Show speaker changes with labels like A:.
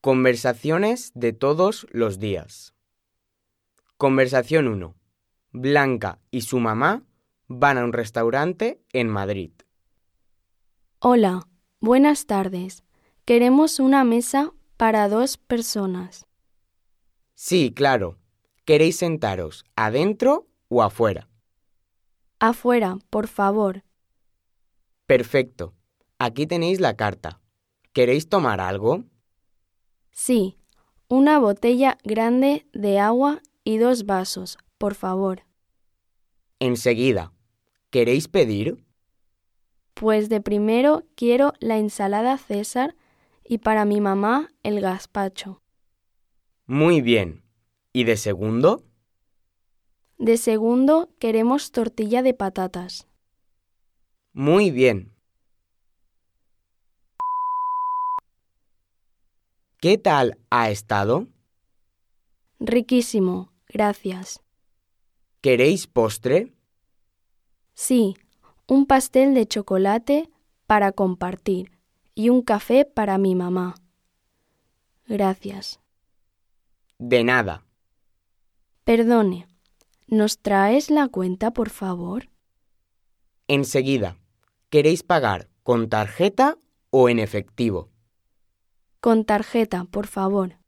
A: Conversaciones de todos los días. Conversación 1. Blanca y su mamá van a un restaurante en Madrid.
B: Hola, buenas tardes. Queremos una mesa para dos personas.
A: Sí, claro. ¿Queréis sentaros adentro o afuera?
B: Afuera, por favor.
A: Perfecto. Aquí tenéis la carta. ¿Queréis tomar algo?
B: Sí, una botella grande de agua y dos vasos, por favor.
A: Enseguida. ¿Queréis pedir?
B: Pues de primero quiero la ensalada César y para mi mamá el gazpacho.
A: Muy bien. ¿Y de segundo?
B: De segundo queremos tortilla de patatas.
A: Muy bien. ¿Qué tal ha estado?
B: Riquísimo, gracias.
A: ¿Queréis postre?
B: Sí, un pastel de chocolate para compartir y un café para mi mamá. Gracias.
A: De nada.
B: Perdone, ¿nos traes la cuenta, por favor?
A: Enseguida. ¿Queréis pagar con tarjeta o en efectivo?
B: Con tarjeta, por favor.